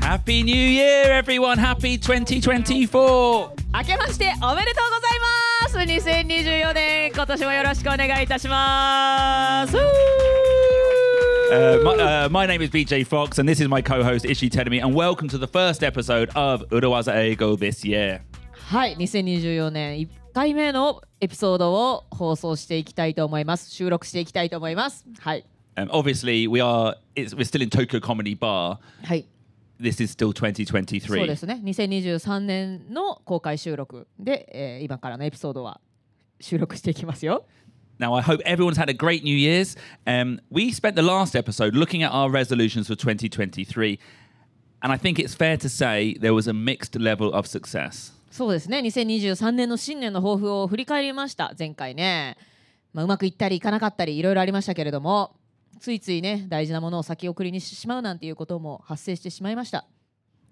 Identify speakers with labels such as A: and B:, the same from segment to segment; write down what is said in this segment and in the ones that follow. A: Happy New Year, everyone! Happy 2024!
B: 明けましておめでとうございます2024年今年もよろしくお願いいたします
A: Uh, my, uh, my name is BJ Fox, and this is my co-host Ishi Tenemi, and welcome to the first episode of Urawaza Eigo this year.
B: はい2024年1回目のエピソードを放送していきたいと思います収録していきたいと思いますはい
A: Um, obviously, we are it's, we're still in Tokyo Comedy Bar.
B: はい、
A: This is still
B: そう
A: 2023.
B: ですね2023年の公開収録で、えー今からのエピソードは収録していきますよ
A: Now, I hope everyone's had a great New Year's. Um, we spent the last episode looking at our resolutions for 2023, and I think it's fair to say there was a mixed level of success.
B: そうですね2023年の新年の抱負を振り返りました前回ね、まあ、うまくいったりいかなかったりいろいろありましたけれどもついついね大事なものを先送りにしてしまうなんていうことも発生してしまいました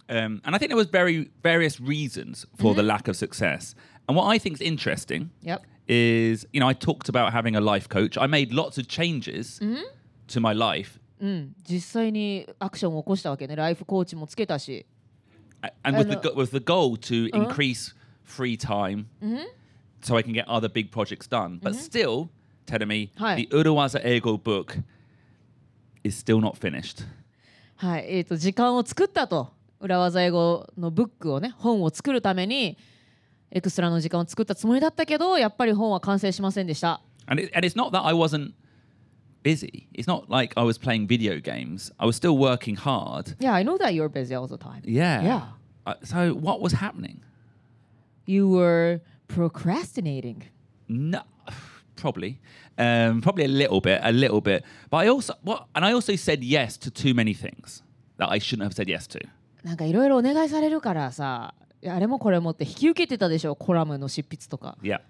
A: Um, and I think there was very various reasons for the lack of success. And what I think is interesting
B: Yep.
A: is, you know, I talked about having a life coach. I made lots of changes to my life
B: 実際にアクションを起こしたわけねライフコーチもつけたし
A: a- and with the, go-
B: know.
A: with the goal to increase free time so I can get other big projects done. But still, Terumi,
B: Hi.
A: the Uruwaza Ego book is still not finished.
B: はいえー、と時間を作ったと裏技英語のブックをね本を作るためにエクストラの時間を作ったつもりだったけどやっぱり本は完成しませんでした
A: And, it, and it's not that I wasn't busy. It's not like I was playing video games. I was still working hard.
B: Yeah I know that you're busy all the time
A: Yeah.
B: Yeah
A: Uh, so what was happening?
B: You were procrastinating
A: No, probably, um, probably a little bit, a little bit. But I also what, and I also said yes to too many things that I shouldn't have said yes to.
B: なんかいろいろお願いされるからさいやあれもこれもって引き受けてたでしょコラムの執筆とか
A: Yeah,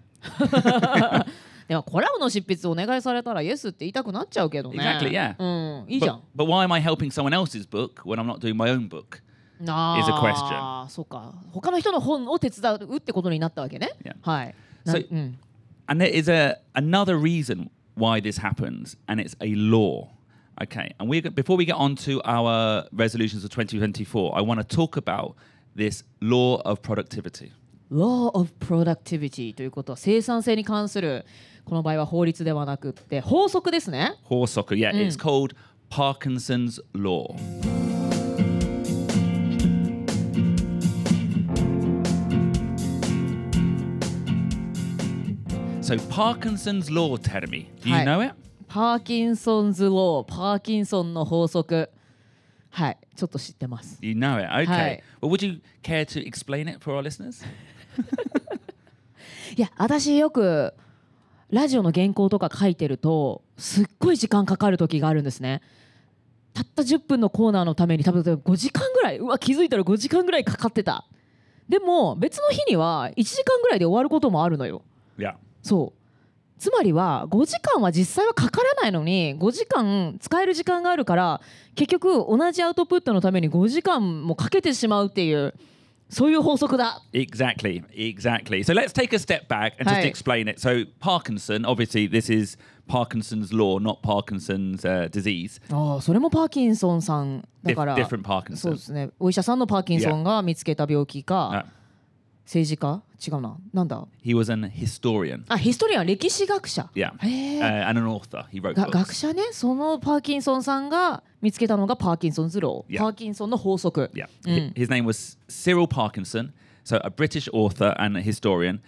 B: でもコラムの執筆お願いされたらイエスって言いたくなっちゃうけどね
A: Exactly, yeah.
B: うんいいじゃ
A: but, but
B: ん
A: why am I helping someone else's book when I'm not doing my own book?
B: あ
A: It's a
B: あそうか他の人の本を手伝うってことになったわけね
A: Yeah.
B: はいな
A: So-
B: うん、
A: And there is a another reason why this happens, and it's a law. Okay, and we before we get on to our resolutions of 2024, I want to talk about this law of productivity.
B: Law of Productivity ということは生産性に関するこの場合は法律ではなくって法則ですね
A: Horse soccer, yeah,
B: Mm.
A: it's called Parkinson's law. So Parkinson's law, Teremi, do you
B: Hi.
A: know it?
B: パーキンソンズ・ローパーキンソンの法則はいちょっと知ってます
A: You know it, okay.
B: Hi.
A: Well, would you care to explain it for our listeners?
B: いや私よくラジオの原稿とか書いてるとすっごい時間かかる時があるんですねたった10分のコーナーのために多分5時間ぐらいうわ気づいたら5時間ぐらいかかってたでも別の日には1時間ぐらいで終わることもあるのよ
A: Yeah.
B: そうつまりは5時間は実際はかからないのに5時間使える時間があるから結局同じアウトプットのために5時間もかけてしまうっていうそういう法則だ
A: Exactly, exactly. So let's take a step back and just
B: Hi.
A: explain it. So Parkinson, obviously, this is Parkinson's law, not Parkinson's uh, disease.
B: ああそれもパーキンソンさんだ
A: Dif-
B: から
A: different Parkinson's.
B: そうですねお医者さんのパーキンソンが見つけた病気か、
A: Yeah.
B: 政治家違うななんだ
A: Uh, He was an historian.
B: あヒストリアン歴史学者
A: Yeah.
B: へ
A: Uh,
B: え、
A: and an author. He wrote
B: が
A: books.
B: 学者ねそのパーキンソンさんが見つけたのがパーキンソンズロー、
A: Yeah.
B: パーキンソンの法則
A: Yeah. Hi- His name was Cyril Parkinson, so a British author and a historian.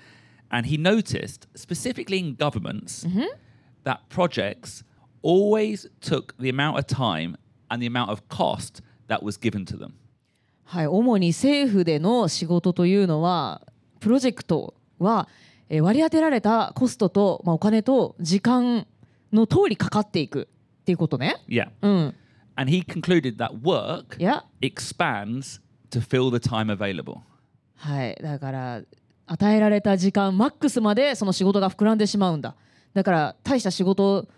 A: And he noticed, specifically in governments, that projects always took the amount of time and the amount of cost that was given to them.
B: はい主に政府での仕事というのはプロジェクトは、えー割り当てられたコストと、まあ、お金と時間の通りかかっていくっていうことね
A: Yeah.
B: うん
A: And he concluded that work
B: いや
A: expands to fill the time available.
B: はい、だから与えられた時間マックスまでその仕事が膨らんでしまうんだだから大した仕事を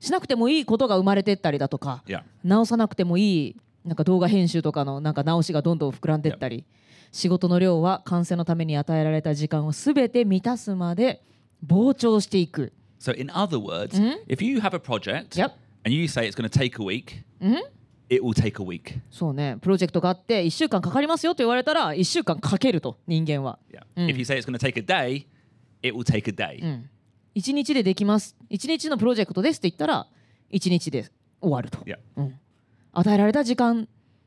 B: しなくてもいいことが生まれてったりだとか
A: Yeah.
B: 直さなくてもいいなんか動画編集とかのなんか直しがどんどん膨らんでったり仕事の量は完成のために与えられた時間を全て満たすまで膨張していく
A: So, in other words,
B: Mhm.
A: if you have a project
B: Yep.
A: and you say it's going to take a week,
B: うん
A: it will take a week.
B: そうねプロジェクトがあって1週間かかりますよと言われたら1週間かけると人間は
A: Yeah.
B: Mm.
A: If you say it's going to take a day, it will take a day.
B: 1日でできます1日のプロジェクトですって言ったら1日で終わると
A: Yeah.
B: 与えられた時間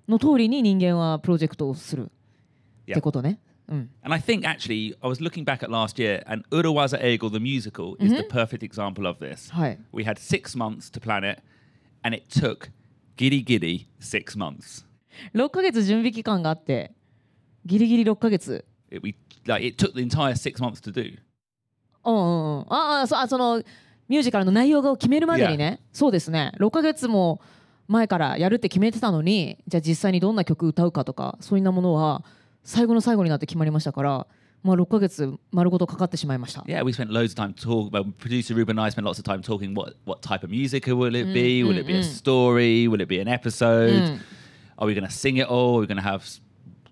B: の通りに人間はプロジェクトをするっ
A: Yeah.
B: てことね、うん、
A: And I think actually, I was looking back at last year, and Urawaza Egel, the musical, is the perfect example of this.
B: はい
A: We had six months to plan it, and it took giddy giddy six months.
B: 6ヶ月準備期間があってギリギリ6ヶ月
A: It, we, like, it took the entire six months to do.
B: うんうんうんああそあそのミュージカルの内容を決めるまでにね、そうですね6ヶ月も前からやるって決めてたのにじゃあ実際にどんな曲歌うかとかそういったものは最後の最後になって決まりましたから、まあ、6ヶ月丸ごとかかってしまいました。
A: Yeah, we spent loads of time talking. Well, producer Ruben and I spent lots of time talking what, what type of music will it be? Will it be a story? Will it be an episode?
B: Mm.
A: Are we going to sing it all? Are we going to have s-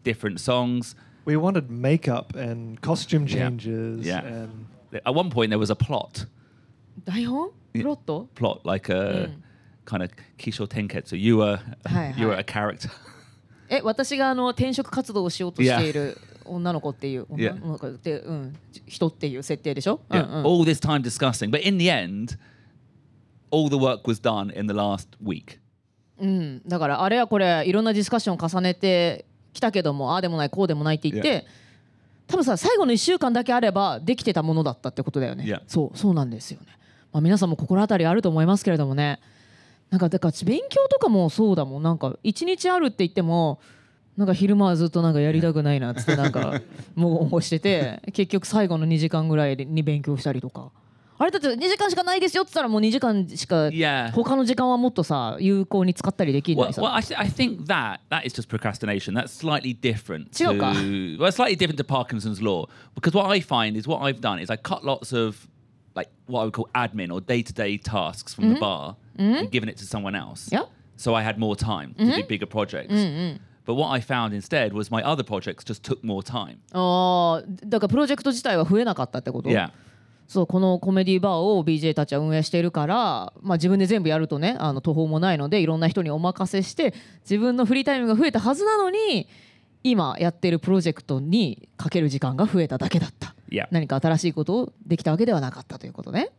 A: different songs?
C: We wanted makeup and costume
A: Yeah.
C: changes.
A: Yeah.
C: And
A: At one point, there was a plot,
B: 台本プロット
A: plot like a kind of Kishore Tenketsu. You were
B: Hmm. Hi,
A: you were
B: hi.
A: a character.
B: え私があの転職活動をしようとしている女の子っていう女
A: Yeah.
B: 女の子って、うん、人っていう設定でしょ、
A: Yeah,
B: うんうん
A: All this time discussing, but in the end, all the work was done in the last week.
B: うん、だからあれやこれいろんなディスカッションを重ねてきたけどもああでもないこうでもないって言って、多分さ最後の1週間だけあればできてたものだったってことだよね、
A: Yeah.
B: そうそうなんですよね、まあ、皆さんも心当たりあると思いますけれどもねなんかだから勉強とかもそうだもんなんか1日あるって言ってもなんか昼間はずっとなんかやりたくないなっつってなんかもごもごしてて結局最後の2時間ぐらいに勉強したりとかあれだって2時間しかないですよっつったらもう2時間しか
A: Yeah.
B: 他の時間はもっとさ有効に使ったりできるの
A: Well,
B: にさ、
A: well I, th- I think that that is just procrastination. That's slightly different. To,
B: 違うか。
A: well, slightly different to Parkinson's law because what I find is what I've done is I cut lots of like what I would call admin or day-to-day tasks from
B: Mm-hmm.
A: the bar and given it to someone else.
B: Yeah.
A: So I had more time to do bigger projects. But what I found instead was my other projects just took more time.
B: あーだからプロジェクト自体は増えなかったってこと、
A: Yeah.
B: そうこのコメディバーを BJ たちは運営しているから、まあ、自分で全部やるとねあの途方もないのでいろんな人にお任せして自分のフリータイムが増えたはずなのに今やってるプロジェクトにかける時間が増えただけだった、
A: Yeah.
B: 何か新しいことをできたわけではなかったということね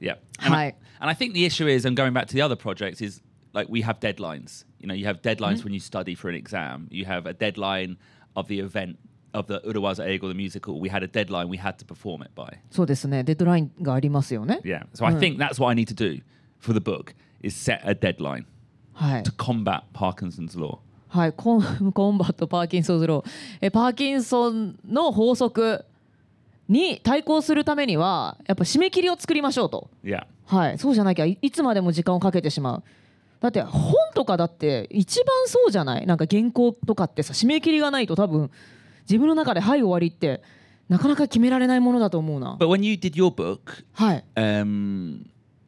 A: Yeah. And, I,
B: Hi.
A: and I think the issue is, and going back to the other projects, is like we have deadlines. You know, you have deadlines when you study for an exam. You have a deadline of the event of the Urawaza Eagle, the musical. We had a deadline we had to perform it by.
B: そうですねデッドラインがありますよね
A: Yeah. So I think that's what I need to do for the book is set a deadline
B: はい
A: to combat Parkinson's law.
B: はい、コン コンバットパーキンソンズローえパーキンソンの法則に対抗するためにはやっぱ締め切りを作りましょうと、
A: Yeah.
B: はい、そうじゃなきゃいいつまでも時間をかけてしまうだって本とかだって一番そうじゃないなんか原稿とかってさ締め切りがないと多分自分の中で「はい終わり」ってなかなか決められないものだと思うな
A: But when you did your book,
B: はい
A: um,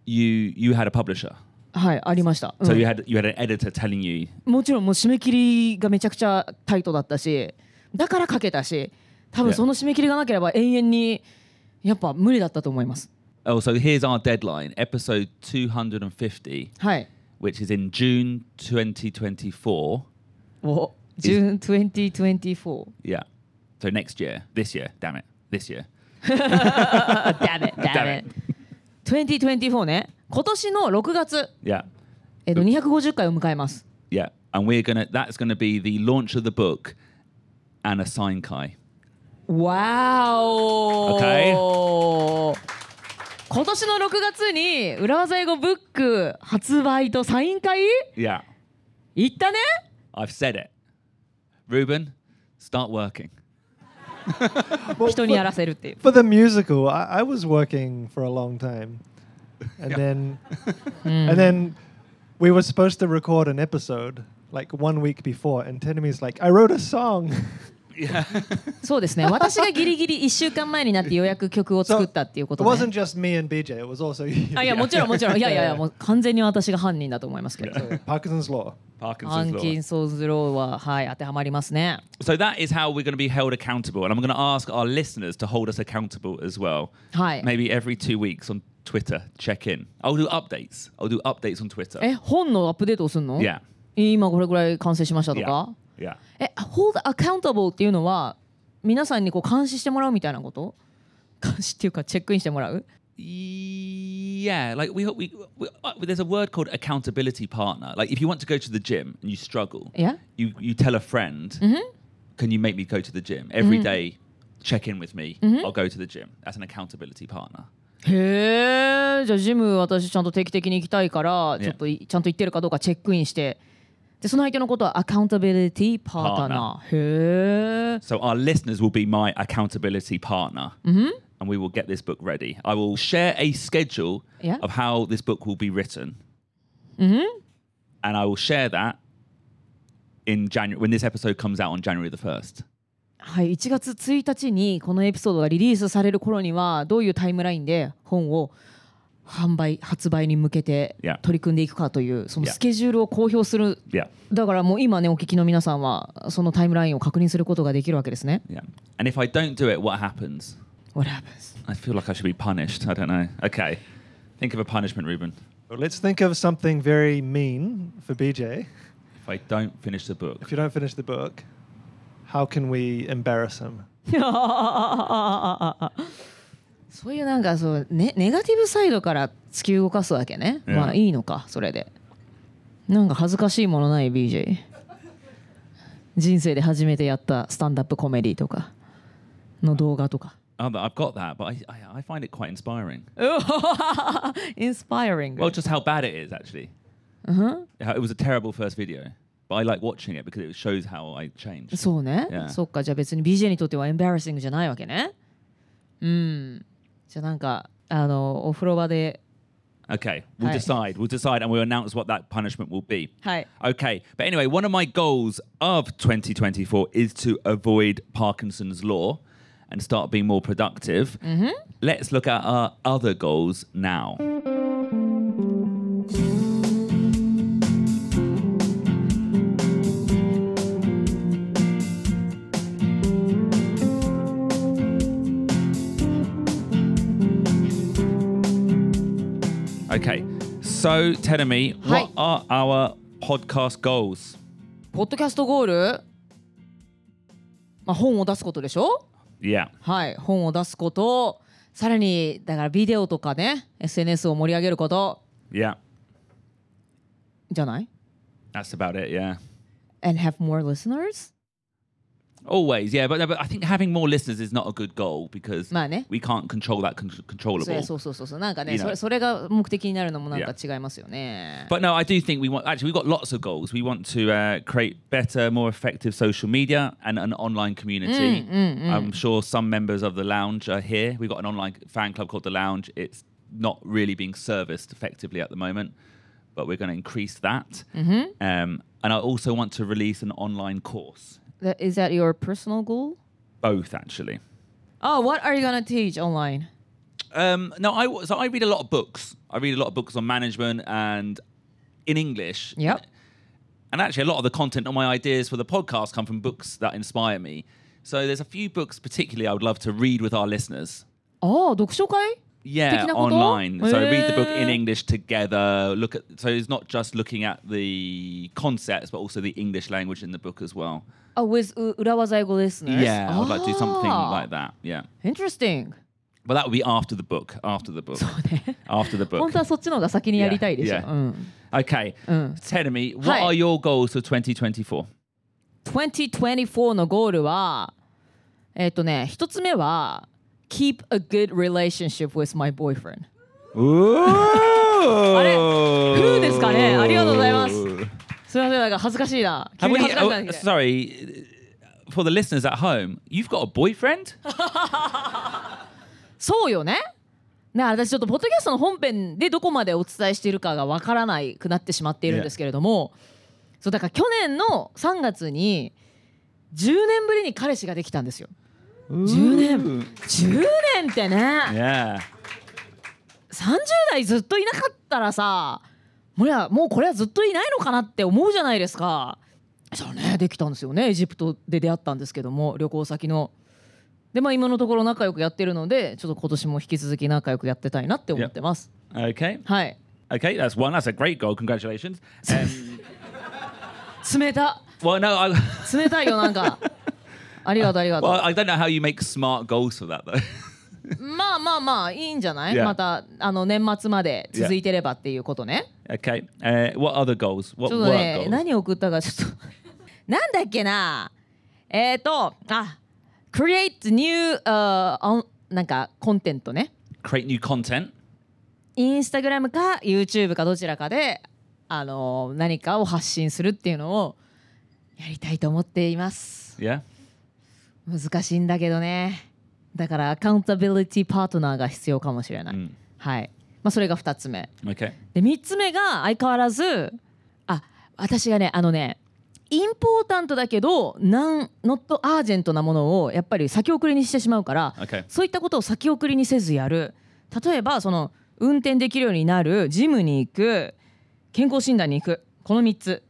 A: you you had a publisher.
B: はいありました、うん
A: So you had you had an editor telling you
B: もちろんもう締め切りがめちゃくちゃタイトだったしだからかけたし多分
A: Yeah.
B: その締め切りがなければ永遠にやっぱ無理だったと思います。
A: Oh, so here's our deadline, episode 250,
B: はい、
A: which is in June 2024.
B: お June 2024
A: Yeah. So next year, this year, damn it, this year.
B: あ damn it damn it 2024ね今年の6月、
A: Yeah.
B: えっと250回を迎えます。
A: Yeah. And we're going to, that's going to be the launch of the book and a sign kai.
B: わお
A: Okay.
B: 今年の6月に裏技英語ブック発売とサイン会
A: Yeah.
B: 行ったね
A: I've said it. Ruben, start working.
B: 人にやらせるっていう。
C: for the musical, I, I was working for a long time, and then and then we were supposed to record an episode like one week before, and Tenemi's like, "I wrote a song."
B: そう ですね私がギリギリ1週間前になってようやく曲を
C: So
B: 作ったっていうこ
C: it
B: とで、
C: wasn't just me and BJ; it was also you.
B: あいやもちろんもちろんいやい やいやもう完全に私が犯人だと思いますけど
C: Parkinson's law.
A: Parkinson's
B: 暗
A: law.
B: 金ソーズローははい当てはまりますね
A: So that is how we're going to be held accountable. And I'm going to ask our listeners to hold us accountable as well.
B: はい
A: Maybe every two weeks on Twitter check in. I'll do updates. I'll do updates on Twitter.
B: え本のアップデートをするの
A: Yeah.
B: 今これぐらい完成しましたと
A: Yeah.
B: か
A: Yeah.
B: え hold accountable っていうのは皆さんにこう監視してもらうみたいなこと監視っていうかチェックインしてもらう
A: Yeah, like we, we, we uh, there's a word called accountability partner. Like if you want to go to the gym and you struggle,
B: Yeah.
A: you you tell a friend, can you make me go to the gym every day? Check in with me. I'll go to the gym. That's an accountability partner.
B: へえじゃあジム私ちゃんと定期的に行きたいから
A: ね
B: ちょっといちゃんと行ってるかどうかチェックインしてでその相手のことはアカウンタビリティパートナーへえ
A: So our listeners will be my accountability partner, and we will get this book ready. I will share a schedule
B: Yeah.
A: of how this book will be written, and I will share that in January when this episode comes out on January the first.
B: はい1月1日にこのエピソードがリリースされる頃にはどういうタイムラインで本を販売発売に向けて
A: Yeah.
B: 取り組んでいくかというその
A: Yeah.
B: スケジュールを公表する
A: Yeah.
B: だからもう今ねお聞きの皆さんはそのタイムラインを確認することができるわけですね
A: Yeah. And if I don't do it, what happens?
B: What happens?
A: I feel like I should be punished. I don't know. Okay. Think of a punishment, Ruben.
C: Well, let's think of something very mean for BJ.
A: If I don't finish the book,
C: If you don't finish the book, how can we embarrass him?
B: そういうなんかそう、ね、ネガティブサイドから突き動かすわけね、
A: うん
B: まあいいのかそれでなんか恥ずかしいものない BJ 人生で初めてやったスタンダップコメディとかの動 画とか
A: oh, but I've got that, but I, I, I find it quite inspiring.
B: インスパイアリング
A: Well, just how bad it is, actually. How- It was a terrible first video, but I like watching it because it shows how I changed.
B: そうね、
A: Yeah.
B: そっかじゃあ別に BJ にとってはエンバラシングじゃないわけねうんじゃあなんかあのお風呂場で
A: Okay, we'll
B: Hi.
A: decide. We'll decide and we'll announce what that punishment will be.
B: Hi.
A: Okay, but anyway, one of my goals of 2024 is to avoid Parkinson's law and start being more productive. Let's look at our other goals now. Okay, so tell me, what
B: Hi.
A: are our podcast goals?
B: ポッドキャストゴール、まあ、本を出すことでしょ
A: Yeah.
B: はい本を出すことさらにだからビデオとかね SNS を盛り上げること
A: Yeah.
B: じゃない
A: That's about it. Yeah.
B: ?And have more listeners?
A: Always. Yeah. But, but I think having more listeners is not a good goal because
B: まあね
A: we can't control that con-
B: そうや
A: controllable.
B: そうそうそうそうなんかね
A: You know.
B: それそれが目的になるのもなんか違いますよね。
A: But no, I do think we want, actually, we've got lots of goals. We want to uh, create better, more effective social media and an online community. I'm sure some members of the lounge are here. We've got an online fan club called The Lounge. It's not really being serviced effectively at the moment, but we're going to increase that. Um, and I also want to release an online course,
B: That- Is that your personal goal?
A: both actually.
B: Oh, what are you gonna teach online?
A: Um, no, I so I read a lot of books. I read a lot of books on management and in English.
B: Yep.
A: And actually, a lot of the content on my ideas for the podcast come from books that inspire me. So there's a few books particularly I would love to read with our listeners.
B: ああ読書会
A: Yeah,
B: Taking up with all?
A: online. So read the book in
B: Yeah.
A: English together. Look at so it's not just looking at the concepts, but also the English language in the book as well.
B: Oh, with う裏技英語 listeners?
A: Yeah, I would like to do something
B: ああ
A: like that. Yeah,
B: Interesting.
A: but that would be after the book. After the book.
B: そうね
A: After the book.
B: 本当はそっちの方が先にやりたいでしょ。
A: Yeah, yeah.
B: うん、
A: Okay.
B: Mm.
A: Tell me, what
B: Hi.
A: are your goals for 2024?
B: 2024のゴールは、えっ、とね、一つ目は、keep a good relationship with my boyfriend。あれフーですかねありがとうございます。すみません、なんか恥ずかしいな。急
A: Have
B: に
A: we,
B: 恥ずかしくなっ
A: oh,
B: てきて
A: sorry, for the listeners at home, you've got a boyfriend?
B: そうよね。ね、私ちょっとポッドキャストの本編でどこまでお伝えしているかがわからないくなってしまっているんですけれども、そうだから去年の3月に10年ぶりに彼氏ができたんですよ。10年 ?10 年ってね。
A: Yeah.
B: 30代ずっといなかったらさもうやもうこれはずっといないのかなって思うじゃないですかそうねできたんですよねエジプトで出会ったんですけども旅行先のでまあ今のところ仲良くやってるのでちょっと今年も引き続き仲良くやってたいなって思ってます。
A: Okay.
B: はい。
A: Okay, that's one. That's a great goal. Congratulations. Um,
B: 冷た
A: well, no, I,
B: 冷たいよなん か。ありがとうありがとう。
A: well, I don't know how you make smart goals for that though.
B: まあまあまあいいんじゃない
A: Yeah.
B: またあの年末まで続いてればっていうことね。
A: okay. Uh, what other goals? What
B: ちょっ
A: work
B: とね
A: goals?
B: 何送ったかちょっと なんだっけなえっ、ー、とあ create new、uh, on なんかコンテントね
A: Create new content.
B: インスタグラムか YouTube かどちらかであの何かを発信するっていうのをやりたいと思っています
A: Yeah.
B: 難しいんだけどねだからアカウンタビリティパートナーが必要かもしれない、
A: うん
B: はいまあそれが2つ目
A: Okay.
B: で3つ目が相変わらずあ私がねあのねインポータントだけどなん not アージェントなものをやっぱり先送りにしてしまうから、
A: Okay.
B: そういったことを先送りにせずやる例えばその運転できるようになるジムに行く健康診断に行くこの3つ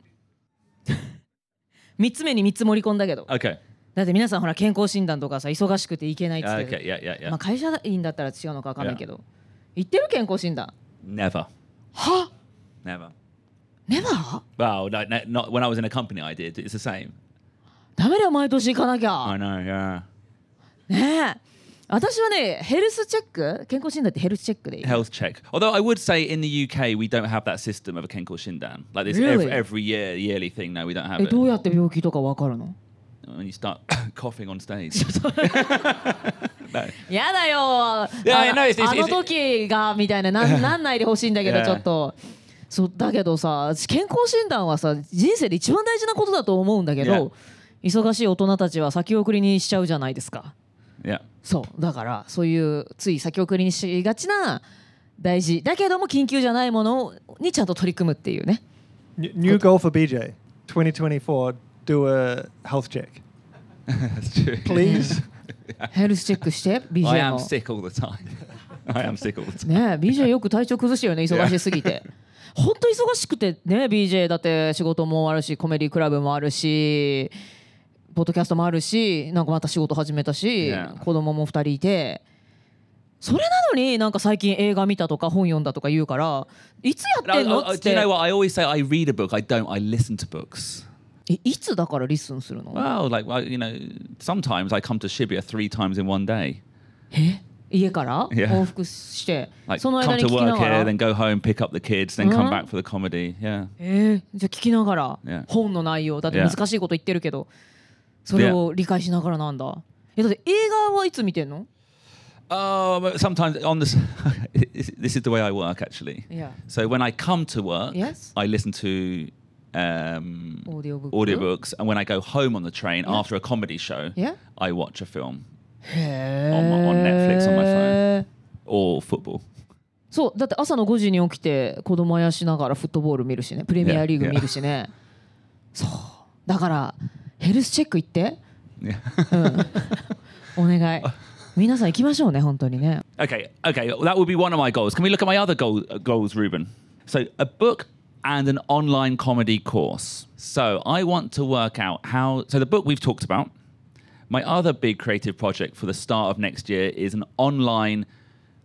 B: 3つ目に3つ盛り込んだけど
A: Okay.
B: だって皆さんほら健康診断とかさ忙しくて行けないっつってる
A: Okay. Yeah. Yeah. Yeah.
B: まあ、会社員だったら違うのか分かんないけど行ってる健康診断
A: Never.
B: は
A: Never.
B: ネバー
A: Well, like, ne- not when I was in a company, I did. It's the same.
B: ダメだよ毎年行かなき
A: I
B: ゃ
A: know. Yeah.
B: ねえ私はねヘルスチェック健康診断ってヘルスチェックでいい
A: Health check. Although I would say in the UK we don't have that system of a Kenko Shindan like this every,
B: Really?
A: every year yearly thing. No, we don't have
B: え
A: it.
B: どうやって病気とか分かるの
A: When you start coughing on stage.
B: やだよあ
A: いやいやないです
B: あ
A: いいで
B: の
A: す
B: 時がみたいななんなんないでほしいんだけ
A: い
B: ど
A: や
B: ちょっとそうだけどさ健康診断はさ人生で一番大事なことだと思うんだけど忙しい大人たちは先送りにしちゃうじゃないですか
A: yeah.
B: そうだからそういうつい先送りにしがちな大事だけども緊急じゃないものにちゃんと取り組むっていうね
C: N- new goal for BJ 2024 do a health check.
A: That's true.
C: Please.
B: ヘルスチェックして
A: I
B: BJ
A: am
B: も
A: sick all the time. I am sick all the time.
B: ねえ BJ よく体調崩して よね忙しすぎて本当忙しくてね BJ だって仕事もあるしコメディクラブもあるしポッドキャストもあるしなんかまた仕事始めたし、
A: ねえ
B: 子供も2人いてそれなのになんか最近映画見たとか本読んだとか言うからいつや
A: And
B: って
A: I-
B: んの
A: I-
B: っ
A: I-
B: つっ
A: do you
B: て
A: know what? I always say I read a book. I don't. I listen to books.
B: えいつだからリッスンするの
A: Well, like well, you know, sometimes I come to Shibuya three times in one day.
B: 家から
A: いや
B: 往復して、
A: Like
B: その
A: come
B: 間に
A: to
B: 聞きな
A: work
B: が
A: here,
B: ら
A: then go home, pick up the kids, then come
B: Mhm.
A: back for the comedy. Yeah.
B: えー、じゃあ聞きながら、
A: Yeah.
B: 本の内容だって
A: Yeah.
B: 難しいこと言ってるけど、それを理解しながらなんだえだって映画はいつ見てんの
A: Um, sometimes on this, this is the way I work actually.
B: Yeah.
A: So when I come to work,
B: Yes.
A: I listen to um,
B: Audiobook.
A: audiobooks, and when I go home on the train
B: Yeah.
A: after a comedy show,
B: Yeah.
A: I watch a film
B: へ
A: on, my- on Netflix on my phone
B: え
A: or football.
B: そうだって朝の5時に起きて子供あやしながらフットボール見るしねプレミアリーグ見るしね、そうだからヘルスチェック行って、
A: Yeah.
B: う ん、お願い皆さん行きましょうね本当にね
A: Okay, okay, well, that would be one of my goals. Can we look at my other goal, uh, goals, Ruben? So, a book and an online comedy course. So, I want to work out how. So, the book we've talked about. My other big creative project for the start of next year is an online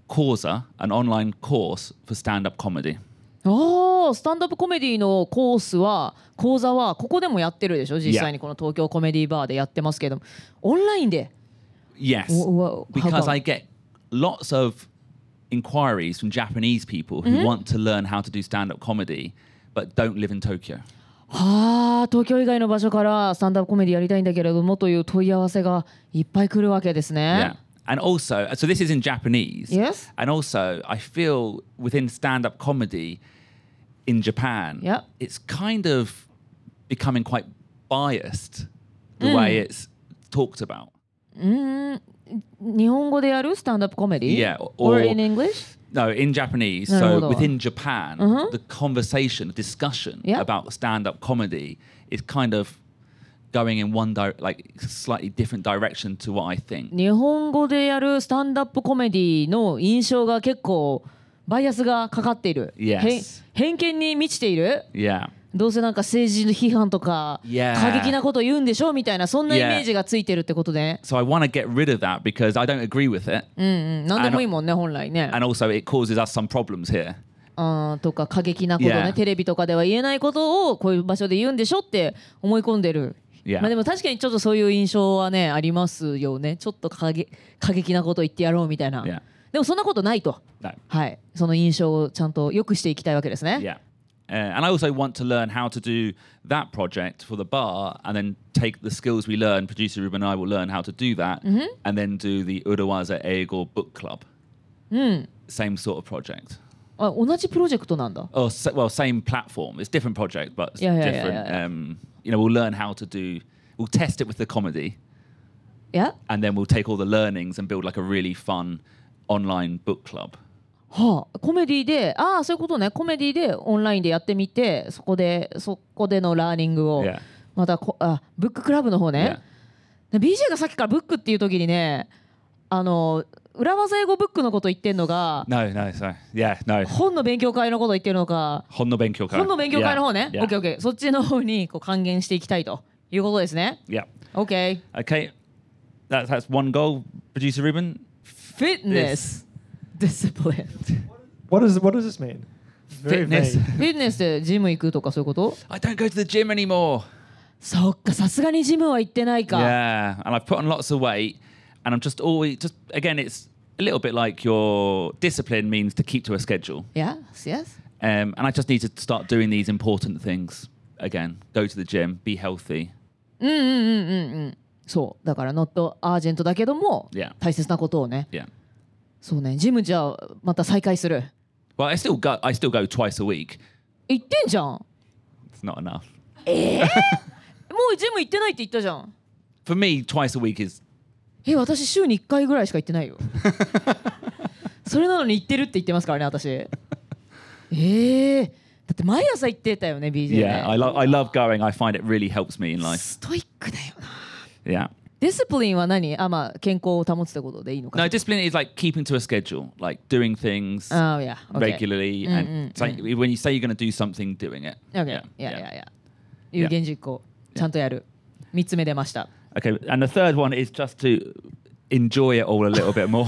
A: causa, an online course for stand up comedy.
B: おースタンダップコメディのコースは講座はここでもやってるでしょ実際にこの東京コメディバーでやってますけどもオンラインで
A: Yes.
B: Wh- wh- how
A: because
B: come?
A: I get lots of inquiries from Japanese people who
B: Mm-hmm.
A: want to learn how to do stand up comedy but don't live in Tokyo.
B: はあ東京以外の場所からスタンダップコメディやりたいんだけれどもという問い合わせがいっぱい来るわけですね。
A: And also, uh, so this is in Japanese.
B: Yes.
A: And also, I feel within stand up comedy in Japan,
B: Yeah.
A: it's kind of becoming quite biased the
B: Mm.
A: way it's talked about.
B: 日本語でやるスタンダップコメディ
A: Yeah,
B: or
A: or-
B: in English?
A: No, in Japanese.
B: No, hold
A: so
B: on. Mm-hmm.
A: within Japan, the conversation, the discussion
B: Yeah.
A: about stand up comedy is kind of going in one di- like slightly different direction to what I think.
B: 日本語でやるスタンダップコメディの印象が結構バイアスがかかっている、
A: Yes.
B: へん偏見に満ちている
A: Yeah.
B: どうせなんか政治の批判とか
A: Yeah.
B: 過激なこと言うんでしょみたいなそんなイ
A: Yeah.
B: メージがついてるってことで
A: So I want to get rid of that because I don't agree with it.
B: うん何でもいいもんね本来ね
A: And also, it causes us some problems here.
B: あーとか過激なことね
A: Yeah.
B: テレビとかでは言えないことをこういう場所で言うんでしょって思い込んでる
A: Yeah.
B: まあでも確かにちょっとそういう印象はねありますよねちょっと過激過激なこと言ってやろうみたいな
A: Yeah.
B: でもそんなことないと
A: No.
B: はいその印象をちゃんと良くしていきたいわけですね
A: Yeah. Uh, and I also want to learn how to do that project for the bar and then take the skills we learn, producer Ruben and I will learn how to do that,
B: Mm-hmm.
A: and then do the Urawaza Eigor Book Club.
B: Mm.
A: Same sort of project.
B: あ同じプロジェクトなんだ
A: Oh, s well, same platform. It's different project, but it's
B: Yeah, yeah, yeah,
A: different.
B: yeah, yeah.
A: Um, you know, we'll learn how to do, we'll test it with the comedy,
B: いや
A: and then we'll take all the learnings and build like a really fun online book club.
B: はあ、コメディでああそういうことねコメディでオンラインでやってみてそこでそこでのラーニングを
A: Yeah.
B: またこあブッククラブの方ね BJ がさっきからブックっていう時にねあの裏技英語ブックのこと言ってんのが
A: No, no, sorry. Yeah, no.
B: 本の勉強会のこと言ってるのか
A: Honno Benkyo
B: 本の勉強会の方ね OKOK そっちの方にこう還元していきたいということですね
A: Yeah.
B: OK
A: Okay, that's that's one goal, producer Ruben.
B: Fitness Discipline
C: What does what does this mean? It's
A: Fitness.
C: vague.
B: フィットネスでジム行くとかそういうこと
A: I don't go to the gym anymore.
B: そっかさすがにジムは行ってないか
A: Yeah, and I've put on lots of weight, and I'm just always just again, it's a little bit like your discipline means to keep to a schedule,
B: Yes, yes.
A: um, and I just need to start doing these important things again. Go to the gym, be healthy.
B: そうだからノットアージェントだけども
A: Yeah.
B: 大切なことをね
A: Yeah.
B: そうねジムじゃあまた再開する
A: Well, I still go. I still go twice a week.
B: 行ってんじゃんも
A: It's not enough.
B: うジム行ってないって言ったじゃん
A: For me, twice a week is
B: え私週に1回ぐらいしか行ってな いよそれなのに行ってるって言ってますからね私えー、だって毎朝行ってたよね BJ ね
A: yeah. I love. I love going. I find it really helps me in life.
B: ストイックだよな
A: Yeah.
B: ディスプリンは何あまあ健康を保つってことでいいのか
A: No, discipline is like keeping to a schedule, like doing things
B: ああいや
A: regularly, and say- when you say you're going to do something, doing it. mm,
B: OK いや
A: Yeah,
B: いや
A: yeah.
B: いや有言実行ちゃんとやる3つ目出ました
A: Okay, and the third one is just to enjoy it all a little bit more.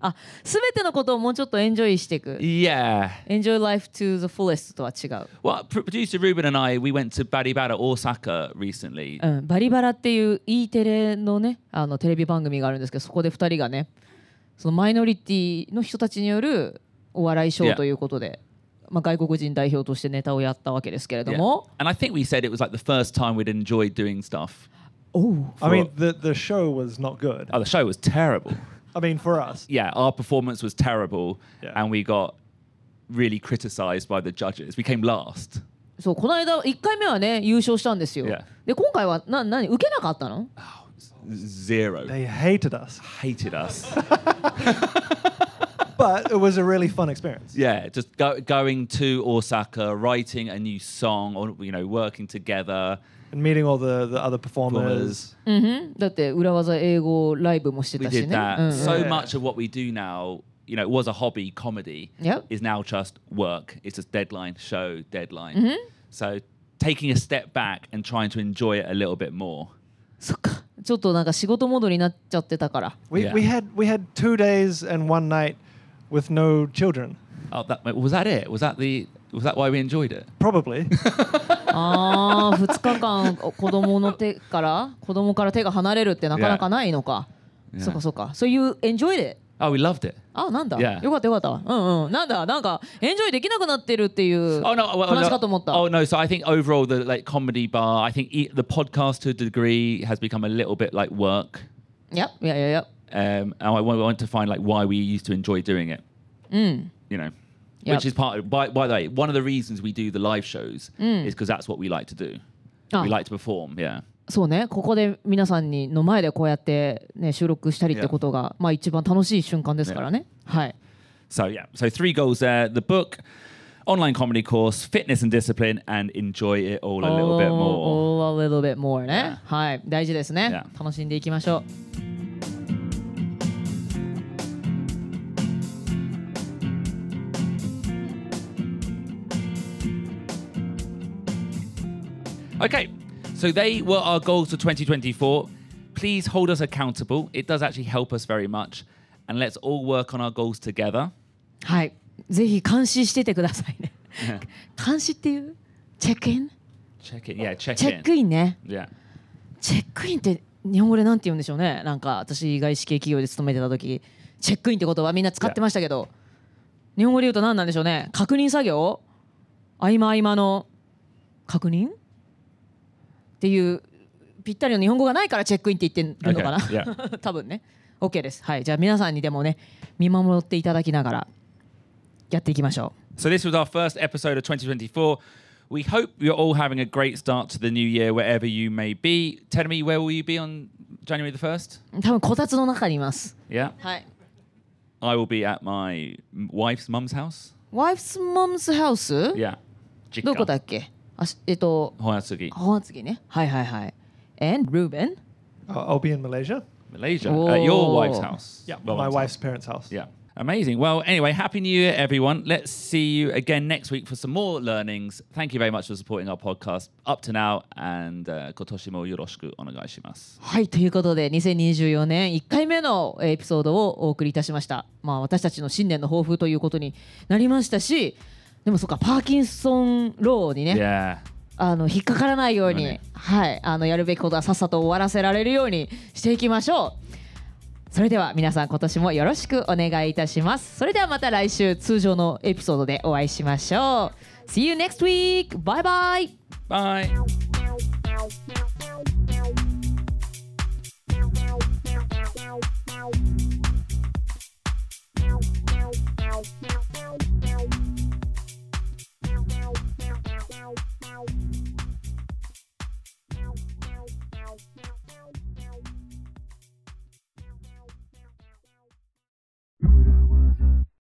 B: あすべてのことをもうちょっとエンジョイしてい く
A: Yeah.
B: Enjoy life to the fullest とは違う、
A: Well, pr- producer Ruben and I, we went to Badibada Osaka recently.
B: うん、バリバラっていう E テレのねあのテレビ番組があるんですけどそこで2人がねそのマイノリティの人たちによるお笑いショ
A: Yeah.
B: ーということで、まあ、外国人代表としてネタをやったわけですけれど
A: Yeah.
B: も、
A: And I think we said it was like the first time we'd enjoyed doing stuff.
B: おう
C: I mean, the the show was not good.
A: Oh, the show was terrible.
C: I mean, for us,
A: yeah, our performance was terrible,
C: Yeah.
A: and we got really criticised by the judges. We came last.
B: そうこの間1回目はね優勝したんですよ、
A: Yeah.
B: で今回はな何受けなかったの
A: Zero.
C: they hated us,
A: hated us.
C: but it was a really fun experience.
A: yeah, just go, going to Osaka, writing a new song, or you know, working together.
C: And meeting all the the other performers.
B: だって裏技英語ライブもして
A: We
B: たし
A: did
B: ね
A: that.
B: うんうん
A: So
C: Yeah.
A: much of what we do now, you know, it was a hobby comedy,
B: Yep.
A: is now just work. It's a deadline, show, deadline. So taking a step back and trying to enjoy it a little bit more.
B: そっかちょっとなんか仕事モードになっちゃってたから
C: We
A: Yeah.
C: we had we had two days and one night with no children.
A: Oh, that was that it? Was that the was that why we enjoyed it?
C: Probably.
B: あー2日間子供の手から子供から手が離れるってなかなかないのか、
A: Yeah.
B: そっかそっかそういうエンジョイで
A: Oh, we loved it.
B: あなんだ、
A: Yeah.
B: よかったよかったうんうんなんだなんかエンジョイできなくなってるっていう
A: Oh no! well, well,
B: 話かと思った、
A: no. Oh no! So I think overall the like comedy bar, I think e- the podcast to a degree has become a little bit like work.
B: いやいやいやいや
A: Um, and I wa- want to find like why we used to enjoy doing it. You know,
B: Yep.
A: which is part. Of, by, by the way, one of the reasons we do the live shows is because that's what we like to do.
B: Ah.
A: We like to perform. Yeah.
B: そうねここで皆さんにの前でこうやって、ね、収録したりってことが、まあ一番楽しい瞬間ですからね、はい
A: So yeah. So three goals there: the book, online comedy course, fitness and discipline, and enjoy it all a little bit more.
B: All a little bit more ね。はい、大事ですね。
A: Yeah.
B: 楽しんでいきましょう。
A: Okay, so they were our goals for 2024. Please hold us accountable. It does actually help us very much. And let's all work on our goals together.
B: はいぜひ監視しててくださいね監視っていうチェックイン
A: Check it. Yeah, check
B: チ
A: in.
B: ェックインね
A: Yeah.
B: チェックインって日本語でなんて言うんでしょうねなんか私外資系企業で勤めてた時チェックインって言葉みんな使ってましたけど日本語で言うと何なんでしょうね確認作業合間合間の確認っていうぴったりの日本語がないからチェックインって言ってるのかな、
A: Okay, yeah.
B: 多分ね OK ですはいじゃあ皆さんにでもね見守っていただきながらやっていきましょ
A: So this was our first episode of 2024. We hope you're all having a great start to the new year, wherever you may be. Tell me, where will you be on January the 1st?
B: う多分こたつの中にいます
A: Yeah.
B: はい
A: I will be at my m- wife's mum's house.
B: Wife's Mom's House?
A: Yeah.
B: どこだっけあしえっと
A: Hoyatsugi,
B: 本厚木ねはいはいはい and Ruben
C: I'll I'll be in Malaysia.
A: Malaysia. At your wife's
B: Oh.
A: house.
C: my
A: Well, mum's
C: wife's parents' house.
A: Yeah. Amazing. Well, anyway, happy new year, everyone. Let's see you again next week for some more learnings. Thank you very much for supporting our podcast up to now, and uh, kotoshi mo yoroshiku onegaishimasu.
B: はいということで2024年1回目のエピソードをお送りいたしましたまあ私たちの新年の抱負ということになりましたしでもそっかパーキンソンローにね、
A: Yeah.
B: あの引っかからないように、
A: まあね
B: はいあのやるべきことはさっさと終わらせられるようにしていきましょうそれでは皆さん今年もよろしくお願いいたしますそれではまた来週通常のエピソードでお会いしましょう See you next week! Bye bye!
A: Bye.
D: Meow, meow, meow.